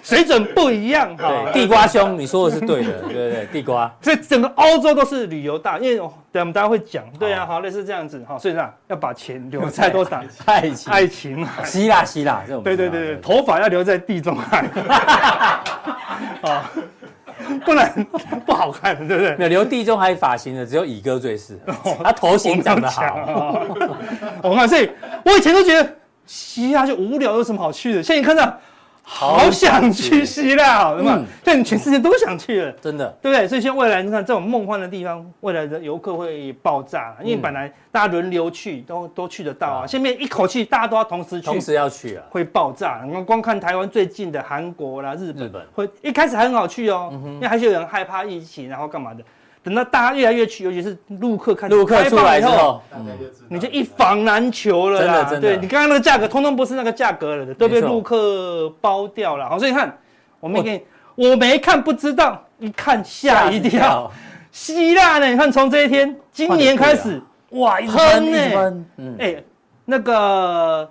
水准不一样哈对。地瓜兄，你说的是对的， 对对对，地瓜所以整个欧洲都是旅游大，因为哦对我们大家会讲，对啊，好类似这样子哈，所以呢要把钱留在多少？爱情，啊爱情海，希腊希腊，这我们对对知道对对，，头发要留在地中海，啊，不然不好看，对不对？没有留地中海发型的只有乙哥最适合，他头型长得好，啊！我看，所以我以前都觉得希腊就无聊，有什么好去的？现在你看到， 好想去希腊哦，对吗嗯？对，你全世界都想去了，真的对不对？所以现在未来你看这种梦幻的地方，未来的游客会爆炸，因为本来大家轮流去都都去得到啊，啊现在一口气大家都要同时去，同时要去啊，会爆炸。你看，光看台湾最近的韩国啦、日本，日本会一开始还很好去哦，因为还是有人害怕疫情，然后干嘛的。等到大家越来越去，尤其是陆客开始陆客出开放来之以后，后，大家就知道，你就一房难求了啦。真的真的对你刚刚那个价格，通通不是那个价格了的，都被没错陆客包掉了。好，所以你看，我们给你，我没看不知道，一看吓一跳。， 希腊呢？你看从这一天，今年开始，啊哇，一直喷喷一欸直喷，嗯，哎、那个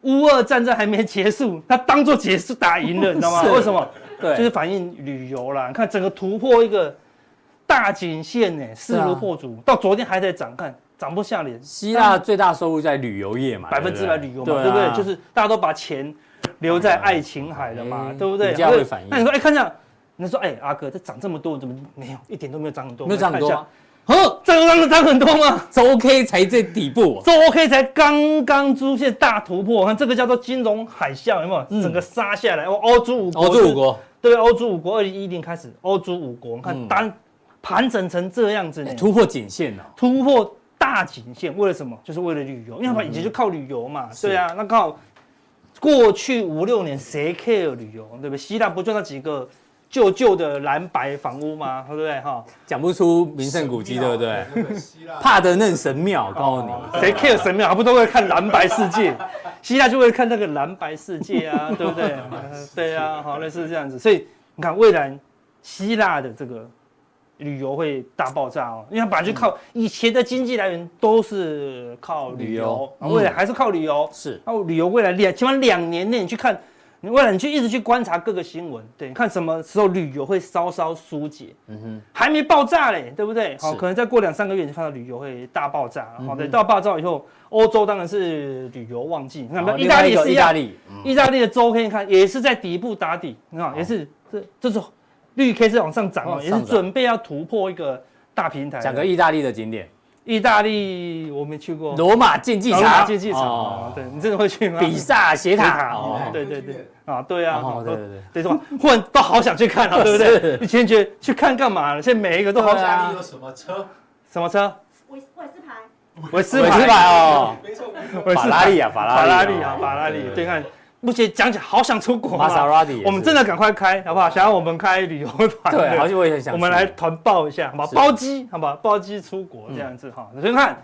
乌俄战争还没结束，他当做结束打赢了，你知道吗？ 是为什么？对，就是反映旅游啦。你看整个突破一个大颈线呢、势啊如破竹，到昨天还在涨，看涨不下脸。希腊最大收入在旅游业嘛，百分之百旅游嘛，啊对不对？就是大家都把钱留在爱琴海了嘛哎，对不对？股价会反应那你说，哎，看这样，你说，哎，阿哥，这涨这么多，怎么没有一点都没有涨很多？没有涨很多啊吗，哦，这个涨涨很多吗？周 K 才在底部，这 OK 才刚刚出现大突破，看这个叫做金融海啸，有没有？整个杀下来，哦，欧洲五国，嗯欧洲五，国嗯对，欧洲五国，二零一零开始，欧洲五国，你看单盘整成这样子呢，突突破颈线哦，突破大颈线，为了什么？就是为了旅游，因为他们以前就靠旅游嘛，对啊，那刚好过去五六年谁 care 旅游，对不对？希腊不就那几个旧旧的蓝白房屋吗？对不对？哈，讲不出名胜古 迹，对哦不对？啊那个希腊怕的嫩神庙，我告诉你，谁 care 神庙？还不都为了看蓝白世界？希腊就为了看那个蓝白世界啊，对不对？呃对啊，好，类似这样子。所以你看，未来希腊的这个旅游会大爆炸哦，因为它本来就靠以前的经济来源都是靠旅旅游游，啊未来还是靠旅游。是那旅游未来两，起码两年内你去看，你未来你去一直去观察各个新闻，对，你看什么时候旅游会稍稍疏解，嗯哼，还没爆炸嘞，对不对？好，是可能再过两三个月，你就看到旅游会大爆炸，好、对，到爆炸以后，欧洲当然是旅游旺季，你看好意大利另也外一是个一意大样，利，嗯意大利的周 K 看也是在底部打底，你看也是这这是绿 K 是往上涨往哦，也上是涨准备要突破一个大平台了。讲个意大利的景点，意大利我没去过，罗马竞技罗马场，竞技场，哦哦对你真的会去吗？比萨斜塔，塔哦对对对，啊，对啊，哦好对多对对，对什么，忽然都好想去看了，对不对 是？啊以前觉得去看干嘛了，现在每一个都好意想。大利有什么车？什么车？我我也是牌，维斯维斯牌，牌哦，没错，维斯法牌拉利啊，法法拉拉利利哦啊，法拉利。对，对，看目前讲起来好想出国玛莎啊。拉蒂也是，我们真的赶快开，好不好？想要我们开旅游团，对，好久我也很想去，我们来团报一下，好吧？是嗯包机，好吧？包机出国这样子哈。所以你看，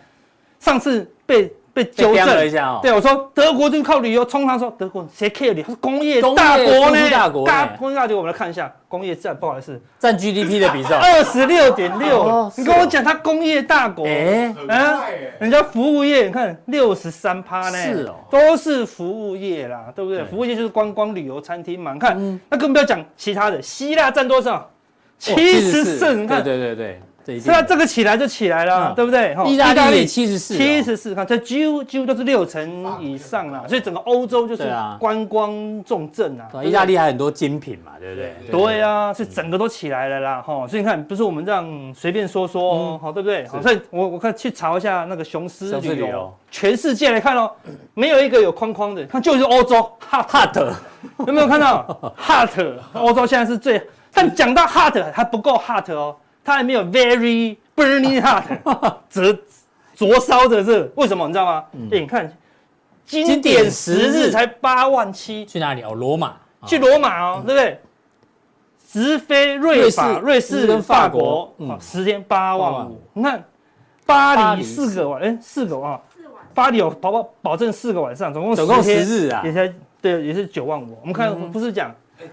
上次被被纠被刁了正一下哦，对，我说德国就是靠旅游，通常说德国谁 care 你？它是工业工业大国输出呢，大国呢工业大国。我们来看一下工业占，不好意思，占 GDP 的比重，二十六点哦六。是哦你跟我讲它工业大国，哎，很啊快耶，人家服务业，你看六十三趴呢，是哦都是服务业啦，对不对？对嗯服务业就是观光旅游、餐厅嘛。你看，那更不要讲其他的，希腊占多哦少？七十四，你看，对对对对，是啊，这个起来就起来了，嗯对不对？哦哈意大利也七十四，哦七十四，看这几乎几乎都是六成以上啦，所以整个欧洲就是对啊观光重镇啊对。啊对不对意大利还很多精品嘛，对不对？对对啊，所以整个都起来了啦，哈，所以你看，不是我们这样随便说说嗯哦，好，对不对？好，所以我我看去查一下那个雄狮雄狮旅旅游游，全世界来看哦，没有一个有框框的，看就是欧洲哈帕特 有没有看到 hot？欧洲现在是最，但讲到 hot 还不够 hot 哦，它还没有 very burning hot，折灼烧的热。为什么你知道吗？哎，你看，经典十日才八万七，去哪里？哦，罗马，去哦罗马哦，对不对？直飞瑞法、瑞瑞士士跟跟法法国国，嗯哦十天八八万万五五。你看，巴巴黎黎四个晚，哎，四个啊，四晚巴黎有保保保证四个晚上，总共总共10十天日啊嗯也，才对，也是九万五。我们看、不是讲，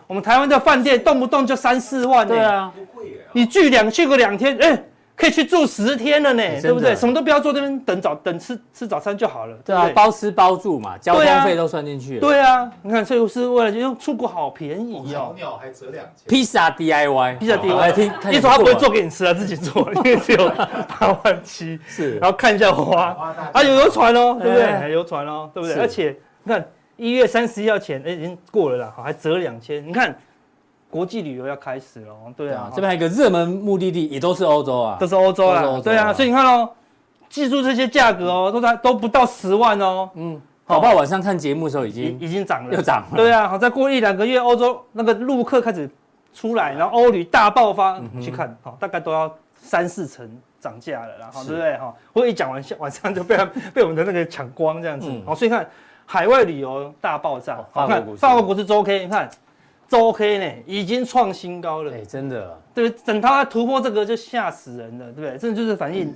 我们台湾的饭店动不动就三四万呢、对，啊，不贵耶。你去两去个两天，哎、可以去住十天了呢、哎真的对不对？什么都不要做，这边等早等吃吃早餐就好了，对啊，不对？包吃包住嘛，交通费都算进去了。对啊，你看，所以是为了因为出国好便宜小哦。鸟还折两千，披萨 DIY，披萨哦 DIY 哎听，看你说他不会错做给你吃啊，自己做，因为只有八万 七，是然后看一下花。花大啊，有游船哦，对不对？哎还有船哦，对不对？是而且你看一月三十一号前，哎，已经过了啦，好，还折两千。你看国际旅游要开始了，对对啊啊，，这边还有一个热门目的地，也都是欧洲啊，都是欧洲都是欧啦洲，对啊啊，所以你看哦，记住这些价格哦，都在都不到十万哦，嗯，好不好？晚上看节目的时候已已经已经涨又了，涨了，对啊，好，再过一两个月，欧洲那个陆客开始出来，然后欧旅大爆发，嗯去看，好，大概都要三四成涨价了啦，然后是对不对？哈，我一讲完下晚上就被他们被我们的那个抢光这样子嗯，好，所以看海外旅游大爆炸哦，好法国看股市法国股市周 K，你看周 K 呢已经创新高了，哎，真的，对，等它突破这个就吓死人了，对不对？这就是反映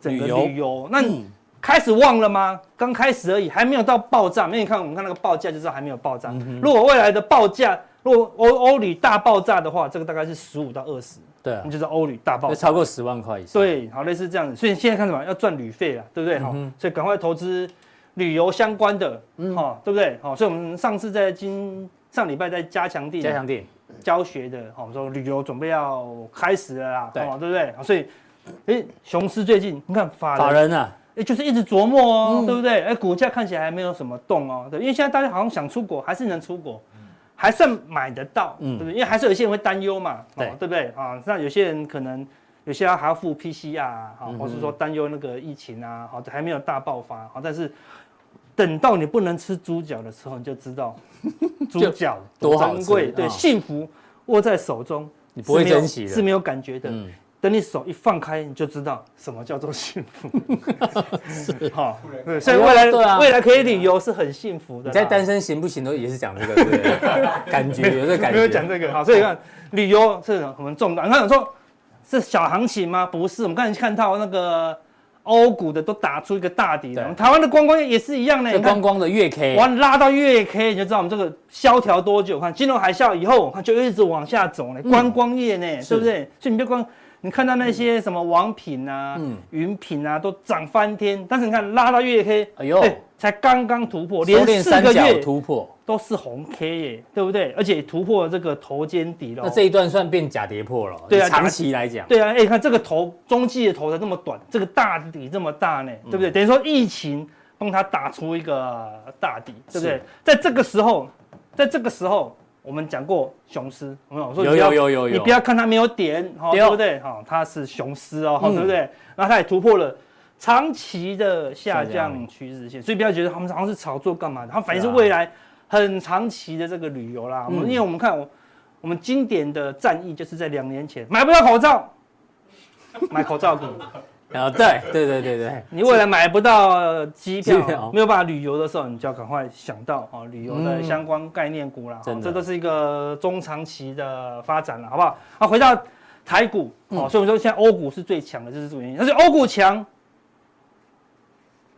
整个旅游旅游，那你嗯开始旺了吗？刚开始而已，还没有到爆炸。因为你看，我们看那个报价就知道还没有爆炸。嗯如果未来的报价，如果欧欧旅大爆炸的话，这个大概是十五到二十，对啊你，就是欧旅大爆要炸。超过十万块以嗯上，，对，好，类似这样子。所以现在看什么？要赚旅费了，对不嗯对？好、所以赶快投资旅游相关的，哈、嗯对不对？好、所以我们上次在今上礼拜在加强地加强店教学的，好、我们说旅游准备要开始了啦，对哦对不对？好所以，哎，雄狮最近你看法人法人啊，哎，就是一直琢磨嗯哦，对不对？哎，股价看起来还没有什么动哦，对，因为现在大家好像想出国，还是能出国，还算买得到，嗯对不对？因为还是有一些人会担忧嘛，哦对对不对？啊，那有些人可能有些人还要付 PCR 啊，好嗯哼或是说担忧那个疫情啊，好，还没有大爆发，好，但是等到你不能吃猪脚的时候，你就知 道猪脚多好珍贵，吃对，啊幸福握在手中，你不会是没有珍惜的是没有感觉的。嗯，等你手一放开，你就知道什么叫做幸 福。 好突然，对所以未来对啊未来可以旅游是很幸福的啦。你在单身行不行都也是讲这个，对不对？感觉有这个感啊没有讲觉，这个，好，所以你看旅游是很重大。你看有说是小行情吗？不是，我们刚才看到那个欧股的都打出一个大底了，对我们台湾的观光业也是一样呢。这你看光光的月 K，完拉到月 K，你就知道我们这个萧条多久。看金融海啸以后，我看就一直往下走呢，观光业呢，嗯是对不对？所以你就光你看到那些什么王品啊、嗯云品啊，都涨翻天。但是你看拉到月 K，哎呦，哎才刚刚突破，收连敛四三个角月突破，都是红 K 耶，对不对？而且突破了这个头肩底了那。这一段算变假跌破了。对啊以长期来讲，对啊，哎、你看这个头中继的头才这么短，这个大底这么大呢，对不嗯对？等于说疫情帮他打出一个大底，对不对是？在这个时候，在这个时候，我们讲过雄狮，有没有？我说你有不要有有有你有不，要看它没有点，哈、对哦对不对？哈、它是雄狮哦，哈嗯对不对？然后它也突破了长期的下下降降趋势线，所以不要觉得他们好像是炒作干嘛的，它反映是对啊未来很长期的这个旅游啦。我们、嗯因为我们看我我们经典的战役就是在两年前买不到口罩， 买口罩股，然后哦对对对对对，你未来买不到机票，机票没有办法旅游的时候，你就要赶快想到哦，旅游的嗯相关概念股啦，真哦的这都是一个中长期的发展了，好不好？啊，回到台股，哦，嗯所以我们说现在欧股是最强的，就是这个原因。但是欧股强，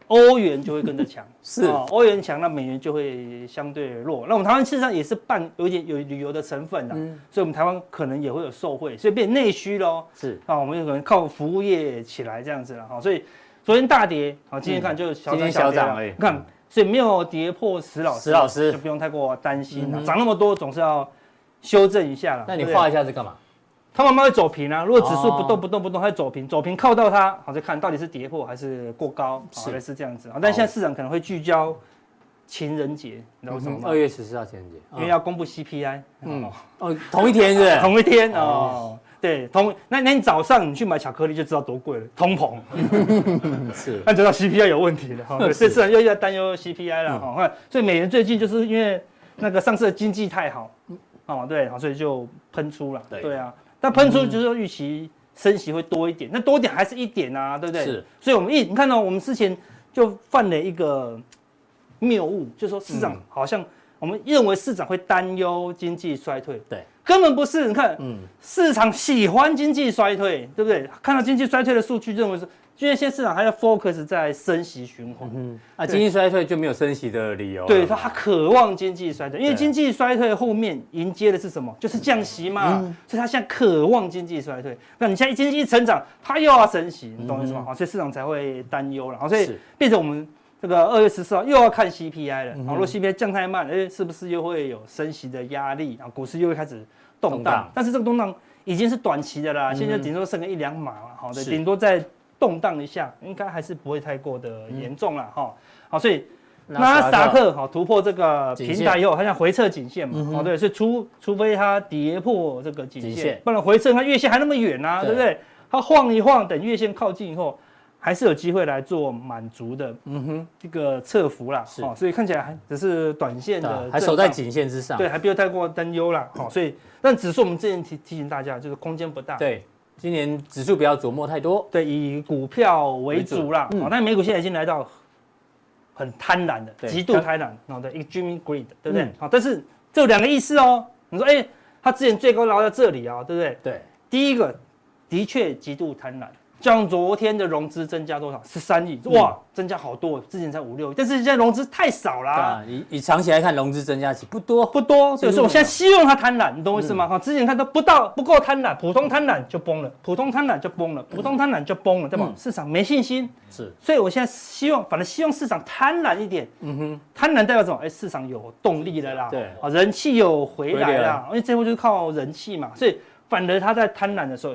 欧元就会跟着强， 是哦欧元强，那美元就会相对弱。那我们台湾事实上也是半有一点有旅游的成分啦，嗯所以我们台湾可能也会有受惠，所以变内需喽。是啊，我们有可能靠服务业起来这样子了哈，所以昨天大跌，好，今天看就小嗯今天涨小小涨涨而已嗯你看，所以没有跌破石老师，石老师就不用太过担心嗯了，哼涨那么多总是要修正一下了。那你对不对画一下这干嘛？它慢慢会走平啊，如果指数不哦动不动不动，它会走平，走平靠到它，好再看到底是跌破还是过高，是好类似这样子啊。但现在市场可能会聚焦情人节，你知道为什么吗二？月十四号情人节，因为要公布 CPI，嗯嗯哦，同一天是不是？同一天哦。对，同那那你早上你去买巧克力就知道多贵了，通膨。 是 那知道 CPI 有问题了哈，对是嗯这次又要担忧 CPI 了哈。看所以美元最近就是因为那个上次的经济太好，哦对，好所以就喷出了，对对啊。但喷出就是说预期升息会多一点，那多一点还是一点啊，对不对？是。所以我们一你看到哦我们之前就犯了一个谬误，就是说市场嗯好像我们认为市场会担忧经济衰退，对，根本不是。你看，嗯，市场喜欢经济衰退，对不对？看到经济衰退的数据，认为是，因为现在市场还在 focus 在升息循环，嗯啊，经济衰退就没有升息的理由了嘛。对，他他渴望经济衰退，因为对经济衰退后面迎接的是什么？就是降息嘛，所以他现在渴望经济衰退。那你现在经济成长，他又要升息，你懂我意思吗？好，哦所以市场才会担忧了，哦好，所以是变成我们。这个二月十四号又要看 CPI 了，哦好，如果 CPI 降太慢，哎，是不是又会有升息的压力啊？股市又会开始动动荡荡，但是这个动荡已经是短期的啦，现在顶多剩个一两码了，好的，顶多再动荡一下，应该还是不会太过的严重了哈。好，所以纳斯达克好哦突破这个平台以后，它想回撤颈线嘛？哦，对，所以除除非它跌破这个颈嗯颈线线，不然回撤它月线还那么远啊，对对不对？它晃一晃，等月线靠近以后，还是有机会来做满足的嗯哼，这个侧幅啦。是哦，所以看起来还只是短线对啊的，还守在颈线啊之上。对，还不用太过担忧啦。哦，所以但只是我们之前提提醒大家，就是空间不大。对，今年指数不要琢磨太多。对，以股票为主啦。为主嗯哦，但美股现在已经来到很贪婪的，对极度贪婪。哦，对，一个 Jimmy Greed，对不对嗯？好、但是这有两个意思哦。你说，哎，它之前最高捞到这里啊、对不对？对，第一个的确极度贪婪，像昨天的融资增加多少？十三亿，嗯哇，增加好多，之前才五六亿，但是现在融资太少啦、对啊，以以长期来看，融资增加期不多。不多，所以说我几乎没有现在希望它贪婪，你懂我意思嗯吗？哈、哦之前看都不到不够贪婪，普通贪婪就崩了，普通贪婪就崩了，普通贪婪就崩了，对吧？嗯市场没信心，是，所以我现在希望，反正希望市场贪婪一点。嗯哼，贪婪代表什么？哎、市场有动力了啦，对啊，人气有回回来流啦，因为这波就是靠人气嘛，所以反而他在贪婪的时候。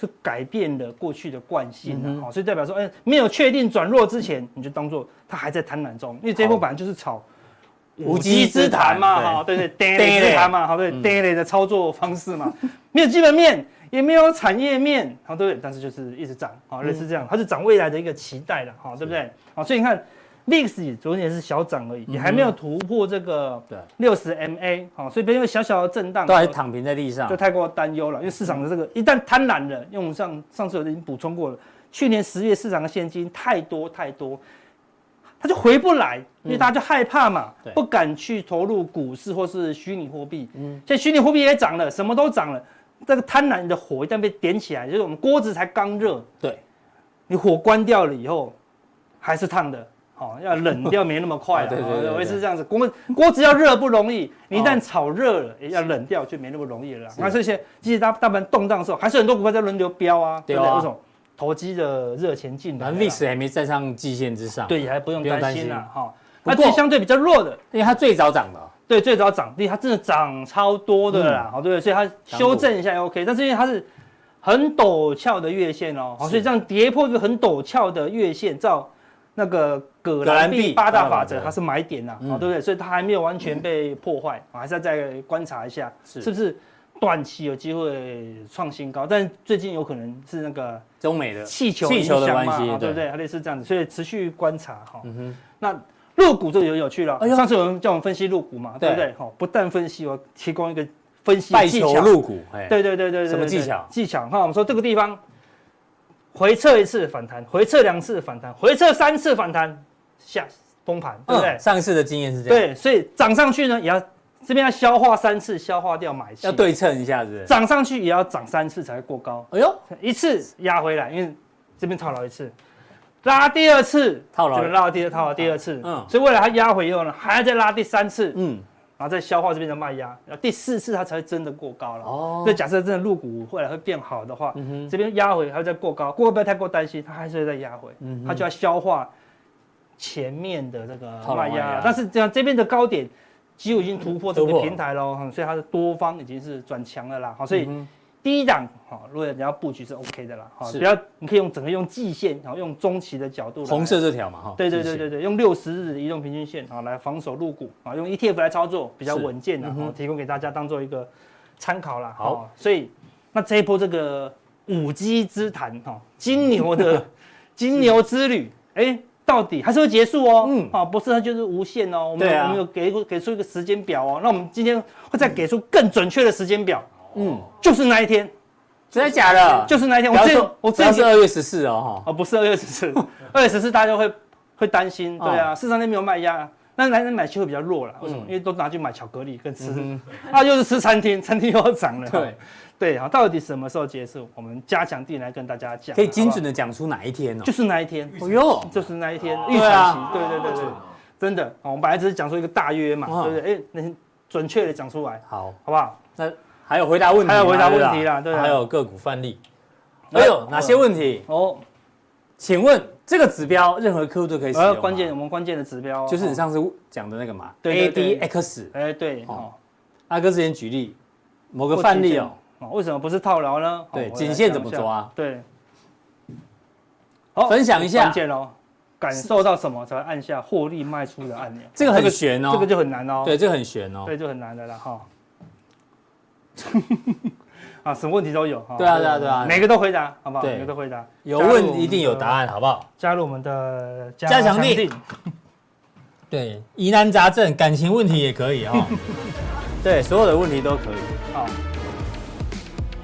是改变了过去的惯性嗯哼啊，好、所以代表说，哎、没有确定转弱之前，你就当做他还在贪婪中，因为这波好本来就是炒无无稽稽之之谈谈嘛，哈，嗯对对，跌雷之谈嘛，好对，跌雷的操作方式嘛，没有基本面，也没有产业面，好对不对？但是就是一直涨，好，类似这样，它是涨未来的一个期待了，好，对不对？好，所以你看 VIX 也昨天也是小涨而已，也还没有突破这个对六十 MA，好、所以不要因为小小的震荡哦都还躺平在地上嗯就，太过担忧了，因为市场的这个一旦贪婪了，因为我们上上次有已经补充过了，去年十月市场的现金太多太多，它就回不来，因为大家就害怕嘛，嗯对不敢去投入股市或是虚拟货币。嗯嗯，现在虚拟货币也涨了，什么都涨了，这个贪婪的火一旦被点起来，就是我们锅子才刚热，对，你火关掉了以后还是烫的。哦，要冷掉没那么快 啊了，对对对对我也对是这样子。锅锅子要热不容易，你一哦旦炒热了，也要冷掉就没那么容易了啦。那这些其实大大盘动荡的时候，还是很多股票在轮流飙啊，对对啊不对？为什么投机的热钱进来反了正啦？ VIX 还没站上季线之上，对，也还不用不用担担心心啦，哈。不那过最相对比较弱的，因为它最早涨的哦，对，最早涨，对，它真的涨超多的嗯啦，哦好、对不对？所以它修正一下也 OK，但是因为它是很陡峭的月线哦，好，是所以这样跌破一个很陡峭的月线，照那个葛兰葛兰碧碧八八大大法法则则，它是买点呐、啊，嗯好、对不对？所以它还没有完全被破坏，啊还是要再观察一下，是是不是短期有机会创新高，但最近有可能是那个中美的气球气影球响的关嘛，系啊，对不对对？类似这样子，所以持续观察哈。嗯哼，那入股就有有趣了。哎呦上次有人叫我们分析入股嘛，对对不对？哈，不但分析，我哦提供一个分析拜技球巧。入股，哎，对对对对对，什么对技巧技巧哈，我们说这个地方回撤一次反弹，回撤两次反弹，回撤三次反弹，下崩盘，对不对嗯，？上一次的经验是这样，对，所以涨上去呢，也要这边要消化三次，消化掉买气。要，对称一下子，涨上去也要涨三次才会过高，哎呦，一次压回来，因为这边套牢一次，拉第二次套牢这边拉到第二套牢第二次，嗯嗯，所以未来它压回以后呢，还要再拉第三次，嗯，然后再消化这边的卖压，然后第四次它才会真的过高了。哦哦，所以假设真的入股未来会变好的话，嗯哼，这边压回还会再过高，过高不要太过担心，它还是会再压回，嗯哼它就要消化前面的这个套牢卖卖压压，但是这样这边的高点几乎已经突破这突个破平台喽，嗯所以它的多方已经是转强了啦，好，所以。嗯第一档，好，如果你要布局是 OK 的啦，好，是不要，你可以用整个用季线，然后用中期的角度来，哼红色这条嘛，哈，对对谢对谢对对，用六十日的移动平均线啊来防守入股啊，用 ETF 来操作比较是稳健的、嗯啊哼提供给大家当做一个参考啦。好哦所以那这一波这个五鸡之谈哈、哦金牛 的金牛之旅，哎、到底还是会结束哦，嗯嗯，啊，不是它就是无限哦，我们对有、啊我们有给出给出一个时间表哦，那我们今天会再给出更准确的时间表，嗯，就是那一天，真的假的？就是那一天，不我要这说，我不这要是二月十四哦，哈，哦，不是二月十 四，二月十四大家会会担心，对啊，市场那边有卖压，那男人买气会比较弱啦，为什么？哦嗯因为都拿去买巧克力跟吃，嗯 啊，又是吃餐厅，餐厅又要涨了，对，对，好，到底什么时候结束？我们加强地来跟大家讲，可以精好准不的讲出哪一天哦好，，就是那一天，哎呦，就是那一天哦预对产期啊，哦对对对对，真的，哦我们本来只是讲出一个大约嘛，哇对不对？哎，能准确的讲出来，好，好不好？那还有回答问题吗，还有回答问题啦不对啊还有个股范例，哎呦，哪些问题？哦，请问这个指标任何客户都可以使用呃，吗？关键我们关键的指标哦就是你，上次讲的那个嘛对对对，ADX。哎，对，哦哦。阿哥之前举例某个范例哦，哦，为什么不是套牢呢？对好我来颈线怎讲么一下抓？对，好分享一下关，键哦，感受到什么才会按下获利卖出的按钮？这个很悬哦，这个就很难哦，对，这个很悬哦，对，就很难的了哈。 啊，什么问题都有哈。对啊对啊对啊每个都回答，好不好？对每个都回答。有加入我们问的一定有答。案，好不好？加入我们的加强力力，对，疑难杂症、感情问题也可以哦， 对，所有的问题都可以。好，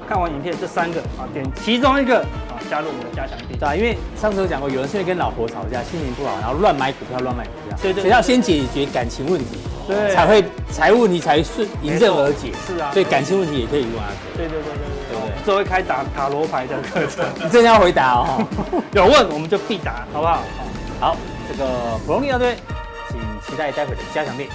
看完影片这三个啊，点其中一个啊，加入我们的加强力。对啊，因为上次有讲过，有人是因为跟老婆吵架，心情不好，然后乱买股票、乱卖股票，对对对所以要先解决感情问题，对才会财务问题才顺迎刃而解。是啊所以感情问题也可以啊问阿哥。对对对对对对不对对，这会开打塔罗牌的课程，你真的要回答 哦。 有问我们就必答，好不好？好好，这个普通力要对，请期待待会儿的加强力。